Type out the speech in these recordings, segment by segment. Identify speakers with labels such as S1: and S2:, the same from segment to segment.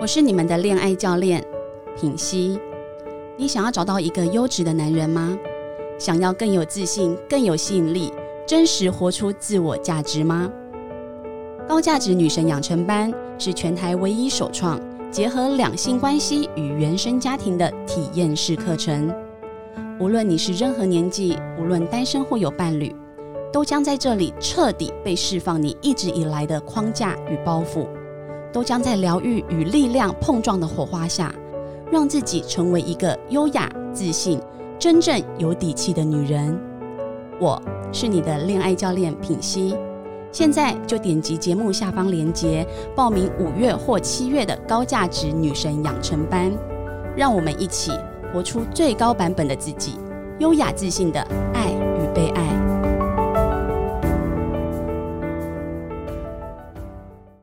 S1: 我是你们的恋爱教练品熙。你想要找到一个优质的男人吗？想要更有自信、更有吸引力，真实活出自我价值吗？高价值女神养成班是全台唯一首创结合两性关系与原生家庭的体验式课程。无论你是任何年纪，无论单身或有伴侣，都将在这里彻底被释放你一直以来的框架与包袱。都将在疗愈与力量碰撞的火花下，让自己成为一个优雅、自信、真正有底气的女人。我是你的恋爱教练品熙，现在就点击节目下方链接报名五月或七月的高价值女神养成班，让我们一起活出最高版本的自己，优雅自信的爱与被爱。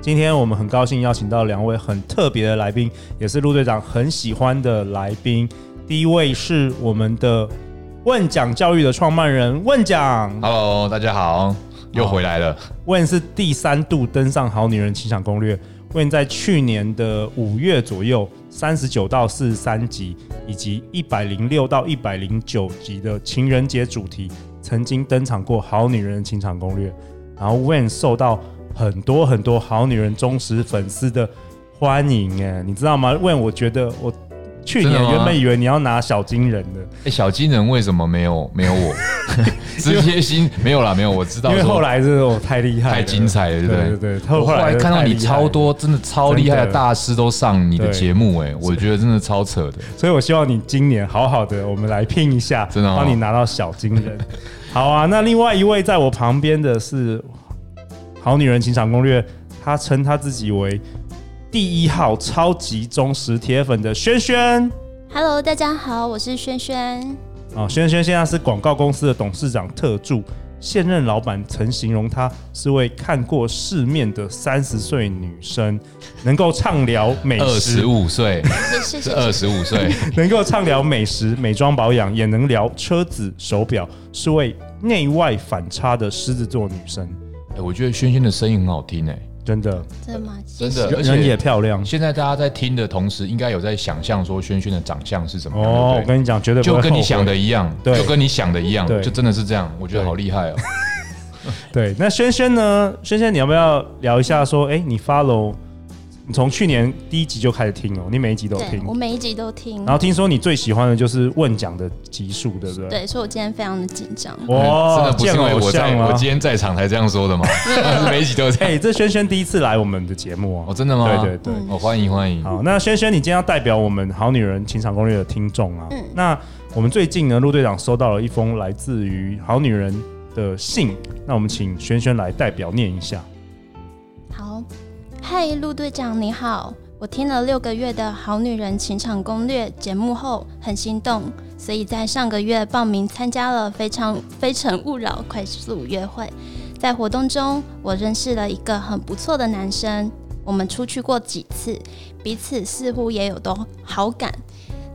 S2: 今天我们很高兴邀请到两位很特别的来宾，也是陆队长很喜欢的来宾。第一位是我们的问讲教育的创办人问讲，
S3: Hello，大家好，又回来了。
S2: 问是第三度登上《好女人情场攻略》。问在去年的五月左右，三十九到四十三集，以及一百零六到一百零九集的情人节主题，曾经登场过《好女人的情场攻略》。然后 Wen 受到很多很多好女人忠实粉丝的欢迎，哎，你知道吗？Wen，我觉得我去年
S3: 真的吗
S2: 原本以为你要拿小金人的，
S3: 哎、小金人为什么没有 没有我？直接心没有啦，没有，我知道
S2: 因
S3: 说。
S2: 为后来这种太厉害了，
S3: 太精彩了，对不对？
S2: 对对，
S3: 我后来
S2: 真的
S3: 看到
S2: 太
S3: 你
S2: 厉害了
S3: 超多，真的超厉害
S2: 真
S3: 的
S2: 的
S3: 大师都上你的
S2: 对
S3: 节目、哎，我觉得真的超扯的。
S2: 所以我希望你今年好好的，我们来拼一下，
S3: 真的哦
S2: 帮你拿到小金人。好啊，那另外一位在我旁边的是《好女人情场攻略》，她称她自己为第一号超级忠实铁粉的轩轩。
S4: Hello，大家好，我是轩轩。
S2: 啊，轩轩现在是广告公司的董事长特助，现任老板曾形容她是位看过世面的三十岁女生，能够畅聊美
S3: 二
S2: 食
S3: 十五岁
S4: 谢谢
S3: 是
S4: 谢谢。
S3: 二十 五岁，
S2: 能够畅聊美食、美妆保养，也能聊车子、手表，是位内外反差的狮子座女生，
S3: 哎、我觉得轩轩的声音很好听、哎，
S2: 真的，
S4: 真的吗？
S3: 真的，而
S2: 人也
S3: 且
S2: 漂亮。
S3: 现在大家在听的同时，应该有在想象说轩轩的长相是怎么样，
S2: 哦，
S3: 对
S2: 我
S3: 不对？
S2: 跟你讲，绝对不会
S3: 就跟
S2: 后
S3: 你
S2: 悔
S3: 想的一样，
S2: 对
S3: 就跟你想的一样
S2: 对，
S3: 就真的是这样，我觉得好厉害哦。
S2: 对。那轩轩呢？轩轩，你要不要聊一下？说，哎、你 follow，你从去年第一集就开始听哦，你每一集都有
S4: 对
S2: 听，。
S4: 我每一集都听
S2: 然。后听说你最喜欢的就是问讲的集数，对不对？。
S4: 对，所以我今天非常的紧张。
S2: 哇，
S3: 真的不是
S2: 见
S3: 因为
S2: 偶
S3: 我在
S2: 像
S3: 我
S2: 啊！
S3: 今天在场才这样说 的吗？是每一集都这
S2: 哎、
S3: 样。
S2: 这轩轩第一次来我们的节目
S3: 哦，
S2: 哦。
S3: 真的吗？
S2: 对对对。
S3: 哦，欢迎欢迎。
S2: 嗯好，那轩轩，你今天要代表我们《好女人情场攻略》的听众啊。
S4: 嗯
S2: 那我们最近呢，陆队长收到了一封来自于好女人的信，那我们请轩轩来代表念一下。
S4: 好，嗨，陆队长你好，我听了六个月的《好女人情场攻略》节目后很心动，所以在上个月报名参加了《非常非诚勿扰》快速约会。在活动中，我认识了一个很不错的男生，我们出去过几次，彼此似乎也有都好感。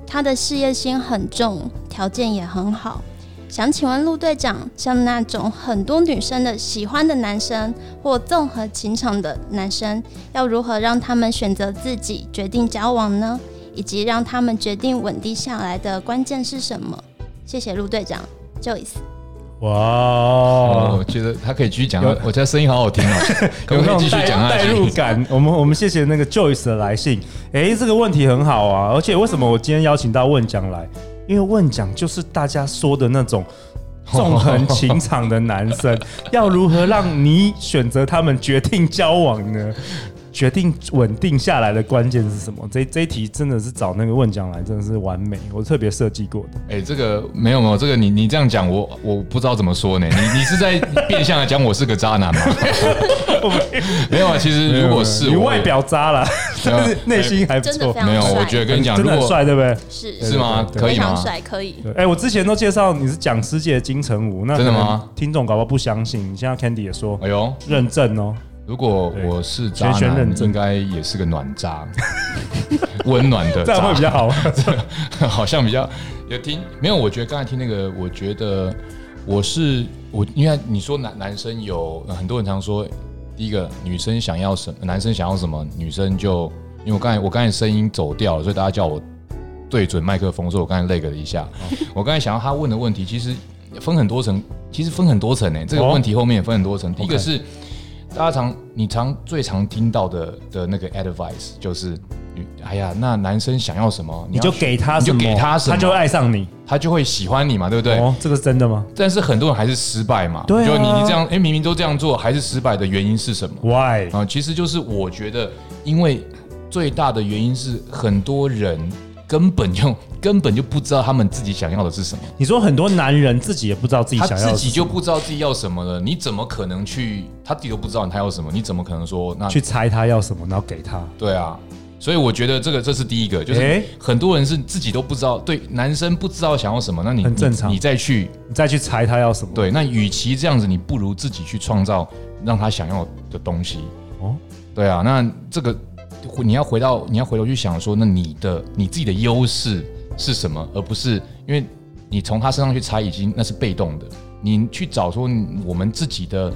S4: 他的事业心很重，条件也很好。想请问陆队长，像那种很多女生的喜欢的男生，或综合情场的男生，要如何让他们选择自己决定交往呢？以及让他们决定稳定下来的关键是什么？谢谢陆队长，Joyce。
S2: 哇、
S3: 哦，
S2: 哦
S3: 我觉得他可以继续讲啊
S2: 有，
S3: 我觉得声音好 好听哦，可
S2: 有
S3: 不
S2: 那种
S3: 可以继续
S2: 代
S3: 讲下
S2: 代入
S3: 去？
S2: 感，我们我们谢谢那个 Joyce 的来信。哎、这个问题很好啊，而且为什么我今天邀请到问奖来？因为问奖就是大家说的那种纵横情 场的男生，要如何让你选择他们决定交往呢？决定稳定下来的关键是什么？这这一题真的是找那个问讲来，真的是完美，我特别设计过的。
S3: 哎、这个没有没有，这个你你这样讲，我我不知道怎么说呢。你你是在变相的讲我是个 渣男吗？没有啊，其实如果是
S2: 你
S3: 我
S2: 外表渣了，但是 内心还不
S4: 真的
S2: 错
S4: 非，
S3: 没
S4: 常
S3: 有，我
S4: 帅，
S3: 觉得跟你讲，
S2: 真
S3: 如
S2: 的很
S3: 果
S2: 帅，对不对？
S4: 是
S3: 是吗？
S2: 对对对
S3: 可
S4: 非
S3: 以
S4: 常
S3: 吗？
S4: 帅，可以。
S2: 对哎，我之前都介绍你是讲师界的金城武，那
S3: 真的
S2: 可能
S3: 吗
S2: 听众搞不好不相信，你现在 Candy 也说
S3: 哎呦，
S2: 认证哦，
S3: 如果我是渣
S2: 全选认
S3: 男，
S2: 证
S3: 应该也是个暖 渣，温暖的
S2: 这
S3: 渣，
S2: 样会比较好。
S3: 好像比较有听没有？我觉得刚才听那个，我觉得我是我，因为你说男男生有呃很多人常说，第一个女生想要什么，男生想要什么，女生就因为我刚才我刚才声音走掉了，所以大家叫我对准麦克风，所以我刚才累了一下。我刚才想要他问的问题，其实分很多层，其实分很多层呢、这个
S2: 哦
S3: 问题后面也分很多层，第一个
S2: OK
S3: 是。大家常你常最常听到的的那个 advice 就是，女哎呀，那男生想要什么，
S2: 你
S3: 要
S2: 就给他什么，
S3: 你就给他什么
S2: 他就会爱上你。
S3: 他就会喜欢你嘛，对不对？
S2: 哦，这个是真的吗
S3: 但是很多人还是失败嘛，
S2: 对啊
S3: 就你你这样，哎，明明都这样做，还是失败的原因是什么？
S2: ？Why？
S3: 啊，其实就是我觉得，因为最大的原因是很多人根本就 根本就不知道他们自己想要的是什么，
S2: 你说很多男人自己也不知道自己
S3: 他
S2: 想要
S3: 啊自
S2: 的
S3: 己
S2: 是
S3: 就不知道自己要什么了，你怎么可能去他自己都不知道他要什么？你怎么可能说那
S2: 去猜他要什么，然后给他。
S3: 对啊，所以我觉得这个这是第一个，就
S2: 诶
S3: 是很多人是自己都不知道，对男生不知道想要什么，那你
S2: 很正常
S3: 你，你再去
S2: 你再去猜他要什么。
S3: 对，那与其这样子，你不如自己去创造让他想要的东西。
S2: 哦
S3: 哦，对啊，那这个你要回到你要回头去想说，那你的你自己的优势是什么，而不是因为你从他身上去猜，已经那是被动的。你去找说我们自己的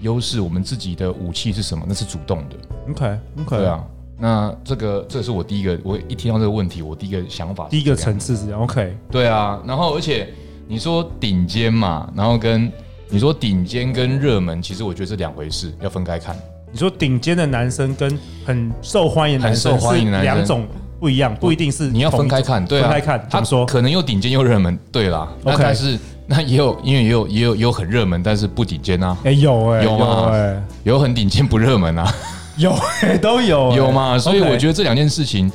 S3: 优势，我们自己的武器是什么，那是主动的。
S2: ，OK OK，
S3: 对，啊，那这个这是我第一个，我一听到这个问题，我第一个想法是
S2: 第一个
S3: 这样
S2: 层次是这样 OK，
S3: 对啊，然后而且你说顶尖嘛，然后跟你说顶尖跟热门，其实我觉得是两回事，要分开看。
S2: 你说顶尖的男生跟很受欢迎的男生
S3: 很受欢迎
S2: 是
S3: 的男生
S2: 两种不一样，不一定是
S3: 你要
S2: 同
S3: 分
S2: 一
S3: 开
S2: 种
S3: 看，对啊，
S2: 分开看怎
S3: 他
S2: 么说？
S3: 可能又顶尖又热门，对啦。那
S2: OK
S3: 但是那也有，因为也有也有也有很热门，但是不顶尖啊，
S2: 哎有哎
S3: 有吗
S2: 哎
S3: 有很顶尖不热门啊，
S2: 有 哎都有哎
S3: 有嘛？所以
S2: OK
S3: 我觉得这两件事情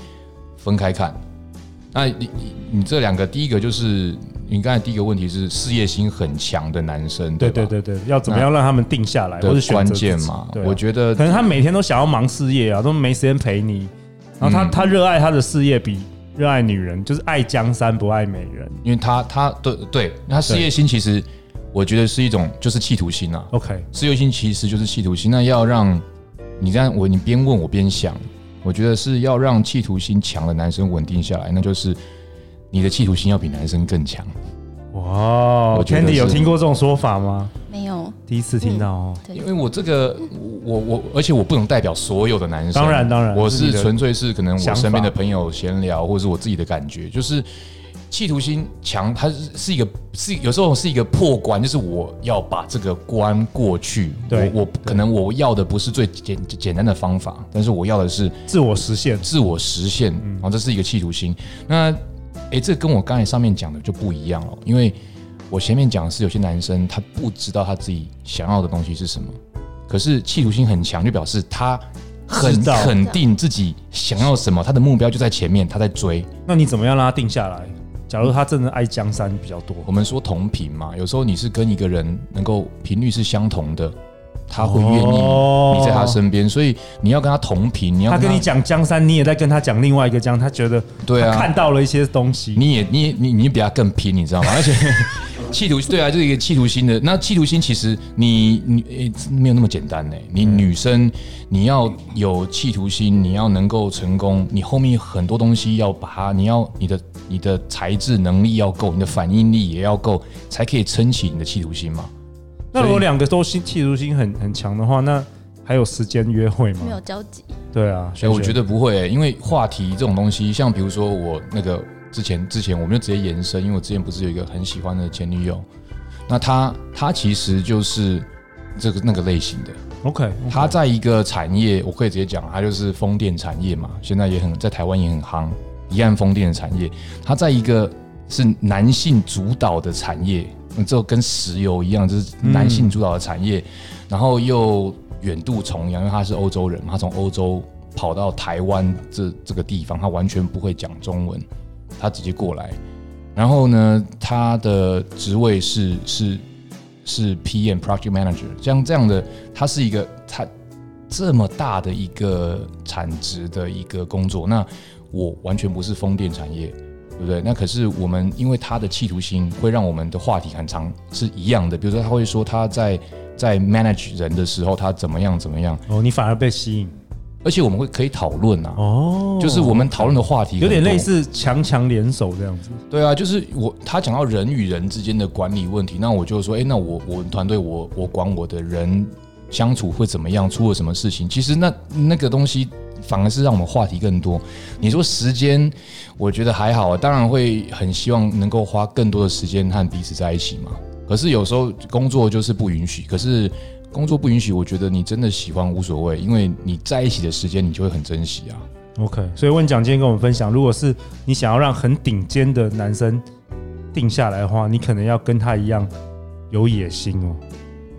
S3: 分开看。那你你你这两个，第一个就是你刚才第一个问题是事业心很强的男生，
S2: 对
S3: 吧？
S2: 对对对，要怎么样让他们定下来，或
S3: 的
S2: 是选择
S3: 关
S2: 自己
S3: 键嘛，
S2: 对啊
S3: 我觉得
S2: 可能他每天都想要忙事业啊，都没时间陪你，然后他
S3: 嗯
S2: 他热爱他的事业比热爱女人，就是爱江山不爱美人。
S3: 因为他他对对，他事业心其实我觉得是一种就是企图心啊，
S2: OK，
S3: 事业心其实就是企图心。那要让你这样我你边问我边想，我觉得是要让企图心强的男生稳定下来，那就是你的企图心要比男生更强。
S2: 哇哦
S3: 我觉得
S2: ，Candy
S3: 是
S2: 有听过这种说法吗？
S4: 没有，
S2: 第一次听到哦。
S4: 对
S3: 因为我这个我我而且我不能代表所有的男生，
S2: 当然当然
S3: 我
S2: 是你
S3: 是
S2: 的
S3: 纯粹是可能
S2: 想
S3: 我
S2: 法
S3: 身边的朋友闲聊，或者是我自己的感觉，就是企图心强，它是是一个是有时候是一个破关，就是我要把这个关过去。
S2: 对
S3: 我我可能我要的不是最简简单的方法，但是我要的是
S2: 自我实现。
S3: 自我实现，
S2: 嗯
S3: 然后这是一个企图心。那诶，这跟我刚才上面讲的就不一样了，因为我前面讲的是有些男生他不知道他自己想要的东西是什么，可是企图心很强，就表示他很
S2: 知道
S3: 肯定自己想要什么，他的目标就在前面，他在追。
S2: 那你怎么样让他定下来？假如他真的爱江山比较多，
S3: 我们说同频嘛，有时候你是跟一个人能够频率是相同的，他会愿意
S2: 哦
S3: 你在他身边，所以你要跟他同频，你要
S2: 他跟
S3: 他
S2: 你讲江山，你也在跟他讲另外一个江，他觉得
S3: 对啊
S2: 他看到了一些东西。
S3: 你也你也你你比他更拼，你知道吗？而且企图对啊，就是一个企图心的。那企图心其实你你、诶没有那么简单呢。你女生你要有企图心，你要能够成功，你后面很多东西要把它，你要你的你的才智能力要够，你的反应力也要够，才可以撑起你的企图心嘛。
S2: 那如果两个都心企图心很很强的话，那还有时间约会
S4: 没有
S2: 吗？
S4: 交 集，
S2: 对啊，
S3: 所以哎我
S2: 轩
S3: 觉得不会、因为话题这种东西，像比如说我那个之前之前，我们就直接延伸，因为我之前不是有一个很喜欢的前女友，那她她其实就是这个那个类型的，
S2: OK，
S3: 她在一个产业，我可以直接讲，她就是风电产业嘛，现在也很在台湾也很夯，离岸风电的产业，她在一个是男性主导的产业，嗯这跟石油一样，就是男性主导的产业，然后又远渡重洋，因为他是欧洲人嘛，他从欧洲跑到台湾这这个地方，他完全不会讲中文，他直接过来，然后呢，他的职位是是是 PM Project Manager，像这样的，他是一个他这么大的一个产值的一个工作，那我完全不是风电产业，对不对？那可是我们因为他的企图心，会让我们的话题很长是一样的。比如说，他会说他在在 manage 人的时候，他怎么样怎么样，
S2: 哦，你反而被吸引
S3: 而且我们会可以讨论啊，
S2: 哦
S3: 就是我们讨论的话题
S2: 有点
S3: 很多
S2: 类似强强联手这样子，
S3: 对啊，就是我他讲到人与人之间的管理问题，那我就说，哎、那我我们团队我我管我的人相处会怎么样，出了什么事情？其实那那个东西反而是让我们话题更多。你说时间，我觉得还好啊，当然会很希望能够花更多的时间和彼此在一起嘛。可是有时候工作就是不允许，可是工作不允许，我觉得你真的喜欢无所谓，因为你在一起的时间你就会很珍惜啊。
S2: OK，所以问蒋今天跟我们分享，如果是你想要让很顶尖的男生定下来的话，你可能要跟他一样有野心哦，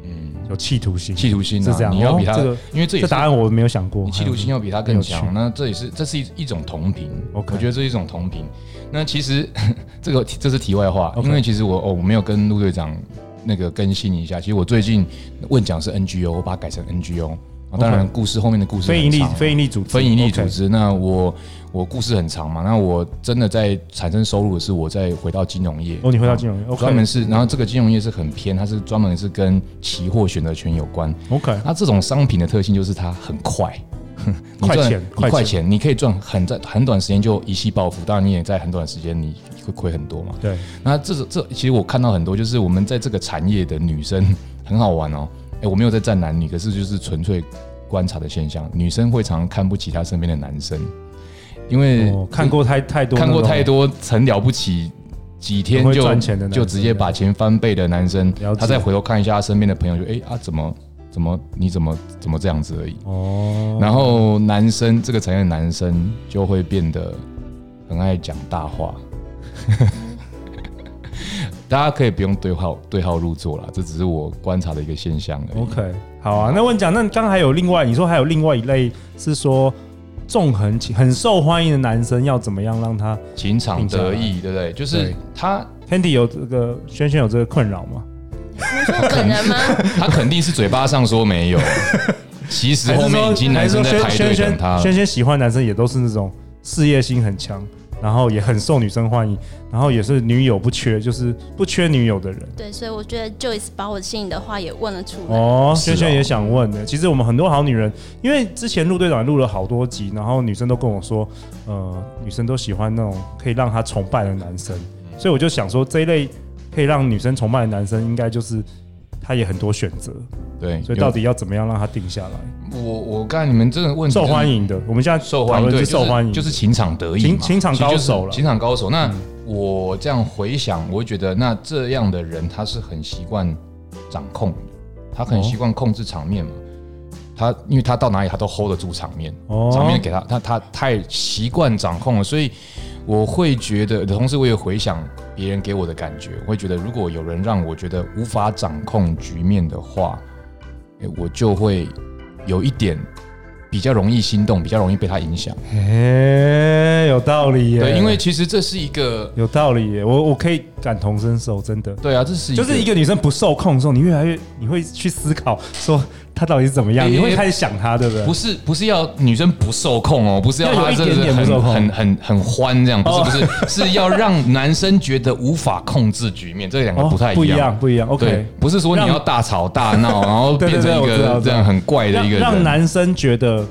S3: 嗯，
S2: 有企图心，
S3: 企图心、啊、
S2: 是这样。
S3: 你要比
S2: 哦
S3: 他，
S2: 这个
S3: 因为这
S2: 这
S3: 也是
S2: 答案我没有想过，
S3: 你企图心要比他
S2: 很
S3: 更
S2: 有趣
S3: 强。那这也是这是一一种同频
S2: OK
S3: 我觉得这是一种同频。那其实 这个这是题外话
S2: OK
S3: 因为其实我哦我没有跟陆队长那个更新一下，其实我最近问讲是 NGO，我把它改成 NGO。啊
S2: OK
S3: 当然，故事后面的故事
S2: 非盈
S3: 很
S2: 利
S3: 长啊
S2: 非盈利组织，
S3: 非盈利
S2: OK
S3: 组织。那我我故事很长嘛，那我真的在产生收入的是我在回到金融业。
S2: 哦，你回到金融业
S3: 专门
S2: ，OK
S3: 是，然后这个金融业是很偏，它是专门是跟期货选择权有关。
S2: OK，
S3: 那这种商品的特性就是它很快， 你
S2: 快
S3: 赚
S2: 钱
S3: 你
S2: 快
S3: 快
S2: 钱
S3: 钱，你可以赚很在很短时间就一夕暴富，当然你也在很短时间你会亏很多嘛。
S2: 对，
S3: 那这种这其实我看到很多，就是我们在这个产业的女生很好玩哦。哎、我没有在站男女，可是就是纯粹观察的现象，女生会常常看不起她身边的男生，因为、
S2: 哦，看过太太多，
S3: 嗯看过太，多很了不起，几天
S2: 很会
S3: 就
S2: 赚钱的男生
S3: 就直接把钱翻倍的男生
S2: 了，解
S3: 他再回头看一下他身边的朋友就，诶哎啊怎么怎么你怎么怎么这样子而已。
S2: 哦，
S3: 然后男生这个产业的男生就会变得很爱讲大话， 大家可以不用对号对号入座啦，这只是我观察的一个现象而已。
S2: OK，好啊。那问讲，那刚刚还有另外，你说还有另外一类是说纵横情很受欢迎的男生要怎么样让他
S3: 情场得意，对不对？就
S2: 对
S3: 是他
S2: Handy 有这个轩轩有这个困扰吗？
S4: 你说我本人吗？
S3: 他肯定是嘴巴上说没有，其实后面已经男生在
S2: 还
S3: 排
S2: 是说
S3: 队
S2: 轩轩
S3: 等他
S2: 轩
S3: 了。
S2: 轩轩喜欢男生也都是那种事业心很强，然后也很受女生欢迎，然后也是女友不缺，就是不缺女友的人。
S4: 对，所以我觉得 Joyce 把我心里的话也问了出来。
S2: 哦，
S3: 是
S2: 轩
S3: 哦
S2: 轩也想问呢。其实我们很多好女人，因为之前陆队长录了好多集，然后女生都跟我说，呃，女生都喜欢那种可以让她崇拜的男生，
S3: 嗯
S2: 所以我就想说，这一类可以让女生崇拜的男生，应该就是他也很多选择，
S3: 对，
S2: 所以
S3: 有
S2: 到底要怎么样让他定下来？
S3: 我我刚才你们这个问题
S2: 受
S3: 真的
S2: 欢迎的，我们现在
S3: 嗯受
S2: 讨
S3: 欢迎，
S2: 论
S3: 对，
S2: 是
S3: 就是
S2: 受欢迎，
S3: 就是情场得意嘛
S2: 情情场高手了嗯
S3: 其实就是情场高手。那我这样回想，我会觉得那这样的人他是很习惯掌控的，他
S2: 哦
S3: 很习惯控制场面嘛。他因为他到哪里他都 hold 得住场面，
S2: 哦
S3: 场面给他，他他太习惯掌控了，所以我会觉得，同时我也回想别人给我的感觉，我会觉得如果有人让我觉得无法掌控局面的话，诶我就会有一点比较容易心动，比较容易被他影响。
S2: 哎，有道理耶。
S3: 对，因为其实这是一个，
S2: 有道理耶，我我可以感同身受，真的。
S3: 对啊，这是一个
S2: 就是一个女生不受控的时候，你越来越你会去思考说她到底是怎么样，
S3: 诶
S2: 你会开始想她，对不对？
S3: 不是不是要女生不受控哦，不是要
S2: 要有
S3: 她
S2: 一
S3: 真的
S2: 点
S3: 是
S2: 点不受
S3: 很
S2: 控哦
S3: 很很很欢这样，不是不是，是要让男生觉得无法控制局面，这两个
S2: 哦
S3: 不太
S2: 不
S3: 一样。
S2: 不一样。
S3: 对
S2: OK，，
S3: 不是说你
S2: 让
S3: 要大吵 大闹，然后
S2: 对对
S3: 变成一
S2: 对我知道
S3: 个
S2: 我知
S3: 这
S2: 道
S3: 样很怪的
S2: 让
S3: 一个
S2: 让
S3: 人，
S2: 男生觉得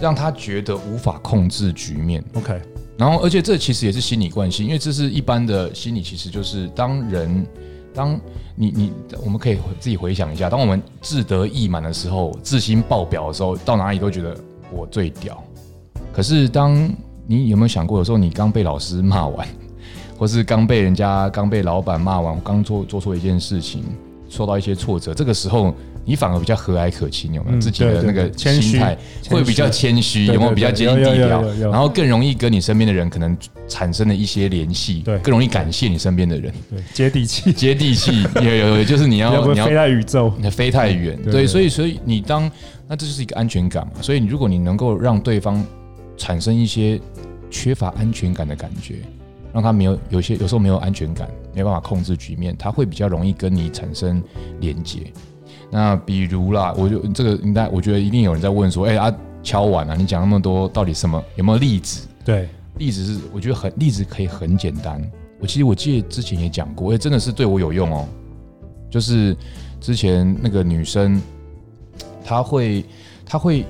S3: 让他觉得无法控制局面。
S2: OK，
S3: 然后，而且这其实也是心理惯性，因为这是一般的心理，其实就是当人，当你你，我们可以回自己回想一下，当我们志得意满的时候，自信爆表的时候，到哪里都觉得我最屌。可是，当你有没有想过，有时候你刚被老师骂完，或是刚被人家、刚被老板骂完，刚做做错一件事情，受到一些挫折，这个时候你反而比较和蔼可亲，有没有？
S2: 嗯
S3: 自己的那
S2: 对对
S3: 个
S2: 对谦虚
S3: 心态会比较谦虚，
S2: 对对
S3: 有没有？比较
S2: 对
S3: 接近地
S2: 有有
S3: 表
S2: 有有，有
S3: 啊然后更容易跟你身边的人可能产生了一些联系，
S2: 对
S3: 更容易感谢你身边的人，
S2: 对，接地气，
S3: 接地气。有有有，就是你
S2: 要
S3: 要
S2: 不
S3: 你要
S2: 飞在宇宙。
S3: 你飞太远，
S2: 对
S3: 对，
S2: 对
S3: 所以所以你当那这就是一个安全感嘛，所以你如果你能够让对方产生一些缺乏安全感的感觉，让他没有有些有时候没有安全感，没办法控制局面，他会比较容易跟你产生连接。那比如啦，我就这个应该，我觉得一定有人在问说，哎、啊，敲碗啊，你讲那么多，到底什么有没有例子？
S2: 对，
S3: 例子是，我觉得很例子可以很简单。我其实我记得之前也讲过，哎、真的是对我有用哦。就是之前那个女生，她会，她会，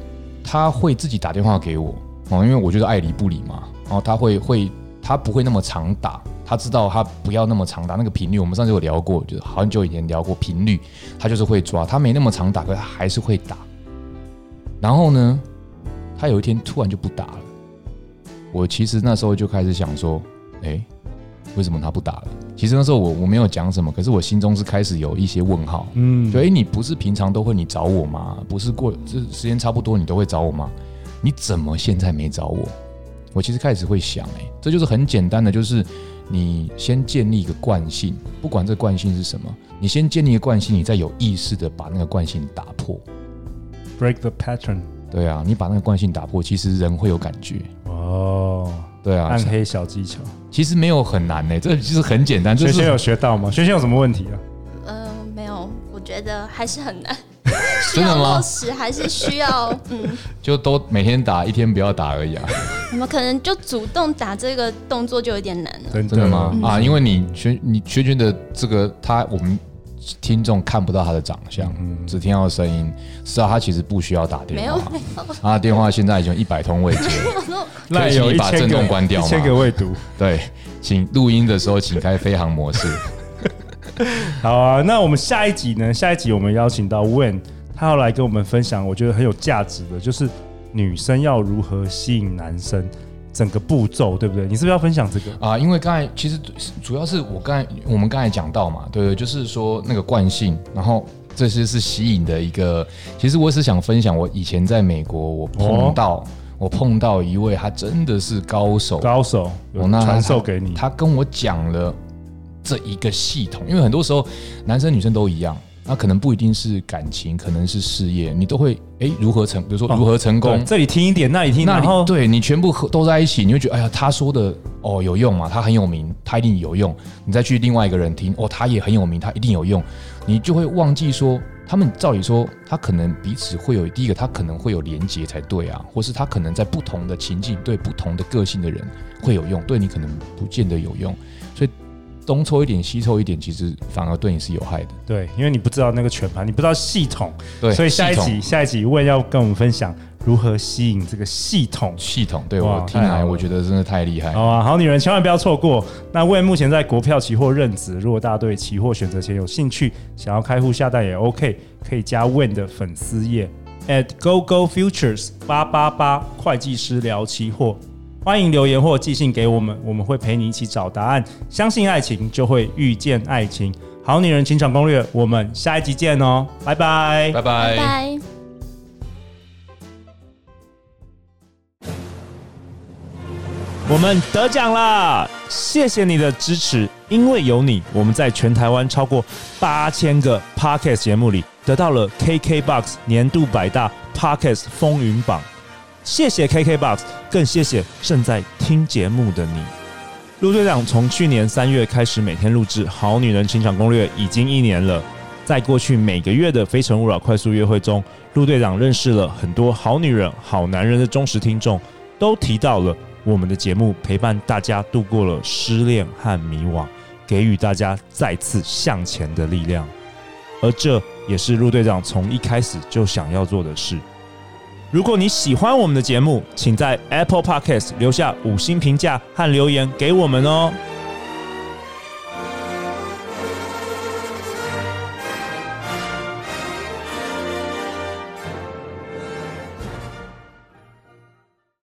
S3: 她会自己打电话给我哦，因为我就是爱理不理嘛。然后她会会，她不会那么常打，她知道她不要那么常打那个频率。我们上次有聊过，就是很久以前聊过频率，她就是会抓，她没那么常打，可是她还是会打。然后呢，她有一天突然就不打了。我其实那时候就开始想说，哎、为什么他不打了？其实那时候我我没有讲什么，可是我心中是开始有一些问号。
S2: 嗯，
S3: 就哎、诶你不是平常都会你找我吗？不是过这时间差不多你都会找我吗？你怎么现在没找我？我其实开始会想、诶这就是很简单的，就是你先建立一个惯性，不管这惯性是什么，你先建立一个惯性，你再有意识的把那个惯性打破。
S2: break the pattern，
S3: 对啊，你把那个惯性打破，其实人会有感觉。
S2: 哦，
S3: 对啊，
S2: 暗黑小技巧。
S3: 其实没有很难呢、这其实很简单，就
S2: 学
S3: 是
S2: 仙有学到吗？学仙有什么问题啊？
S4: 呃，没有，我觉得还是 很难，需
S3: 真
S4: 要
S3: 的吗
S4: 落实，还是需 要，嗯，
S3: 就都每天打，一天不要打而已啊，
S4: 我们可能就主动打这个动作就有点难了。
S2: 真
S3: 真的吗？啊，因为你圈你圈圈的这个他，我们听众看不到他的长相，
S2: 嗯
S3: 只听到声音，是啊，他其实不需要打
S4: 没
S3: 电
S4: 有，
S3: 话，
S4: 没有，
S3: 他的电话现在已经一百通 未接，
S4: 我说
S2: 那
S3: 可
S2: 有
S3: 以
S2: 一
S3: 把
S2: 千
S3: 震
S2: 个
S3: 动关掉
S2: 一千
S3: 吗
S2: 个未读。
S3: 对，请录音的时候请开飞行模式，
S2: 好啊，那我们下一集呢？下一集我们邀请到 When，他要来跟我们分享，我觉得很有价值的，就是女生要如何吸引男生，整个步骤，对不对？你是不是要分享这个？
S3: 啊，因为刚才其实主要是我刚才我们刚才讲到嘛，对对，就是说那个惯性，然后这些是吸引的一个。其实我只想分享，我以前在美国，
S2: 哦
S3: 我碰到、我碰到一位，他真的是高手，哦
S2: 高手有
S3: 我那他
S2: 传授给你，
S3: 他跟我讲了这一个系统，因为很多时候男生女生都一样。那可能不一定是感情，可能是事业，你都会诶如何成，比如说
S2: 哦
S3: 如何成功，
S2: 对这里听一点，那里听，
S3: 那
S2: 然后
S3: 你对你全部合都在一起，你会觉得哎呀，他说的哦有用嘛，他很有名，他一定有用。你再去另外一个人听，哦，他也很有名，他一定有用，你就会忘记说，他们照理说，他可能彼此会有第一个，他可能会有连结才对啊，或是他可能在不同的情境对不同的个性的人会有用，对你可能不见得有用，所以东凑一点西凑一点，其实反而对你是有害的。
S2: 对，因为你不知道那个全盘，你不知道系统，
S3: 对，
S2: 所以下一
S3: 系
S2: 集
S3: 统
S2: 下一集 When 要跟我们分享如何吸引这个系统。
S3: 系统，对
S2: 哇
S3: 我听
S2: 太好
S3: 来
S2: 了
S3: 我觉得真的太厉害了。
S2: 好啊，好女人千万不要错过。那为目前在国票期货任职，如果大家对期货选择权有兴趣，想要开户下单也 OK，可以加 Win 的粉丝页 at Go Go Futures 八八八会计师聊期货，欢迎留言或寄信给我们，我们会陪你一起找答案。相信爱情，就会遇见爱情。好女人情场攻略，我们下一集见哦，拜拜。
S4: 拜拜。
S2: 我们得奖啦！谢谢你的支持，因为有你，我们在全台湾超过八千个 podcast 节目里得到了 KKBox 年度百大 podcast 风云榜。谢谢 KKBox，更谢谢正在听节目的你。陆队长从去年三月开始每天录制《好女人情场攻略》已经一年了。在过去每个月的《非诚勿扰》快速约会中，陆队长认识了很多好女人、好男人的忠实听众，都提到了我们的节目陪伴大家度过了失恋和迷惘，给予大家再次向前的力量。而这也是陆队长从一开始就想要做的事。如果你喜欢我们的节目，请在 Apple Podcast 留下五星评价和留言给我们哦。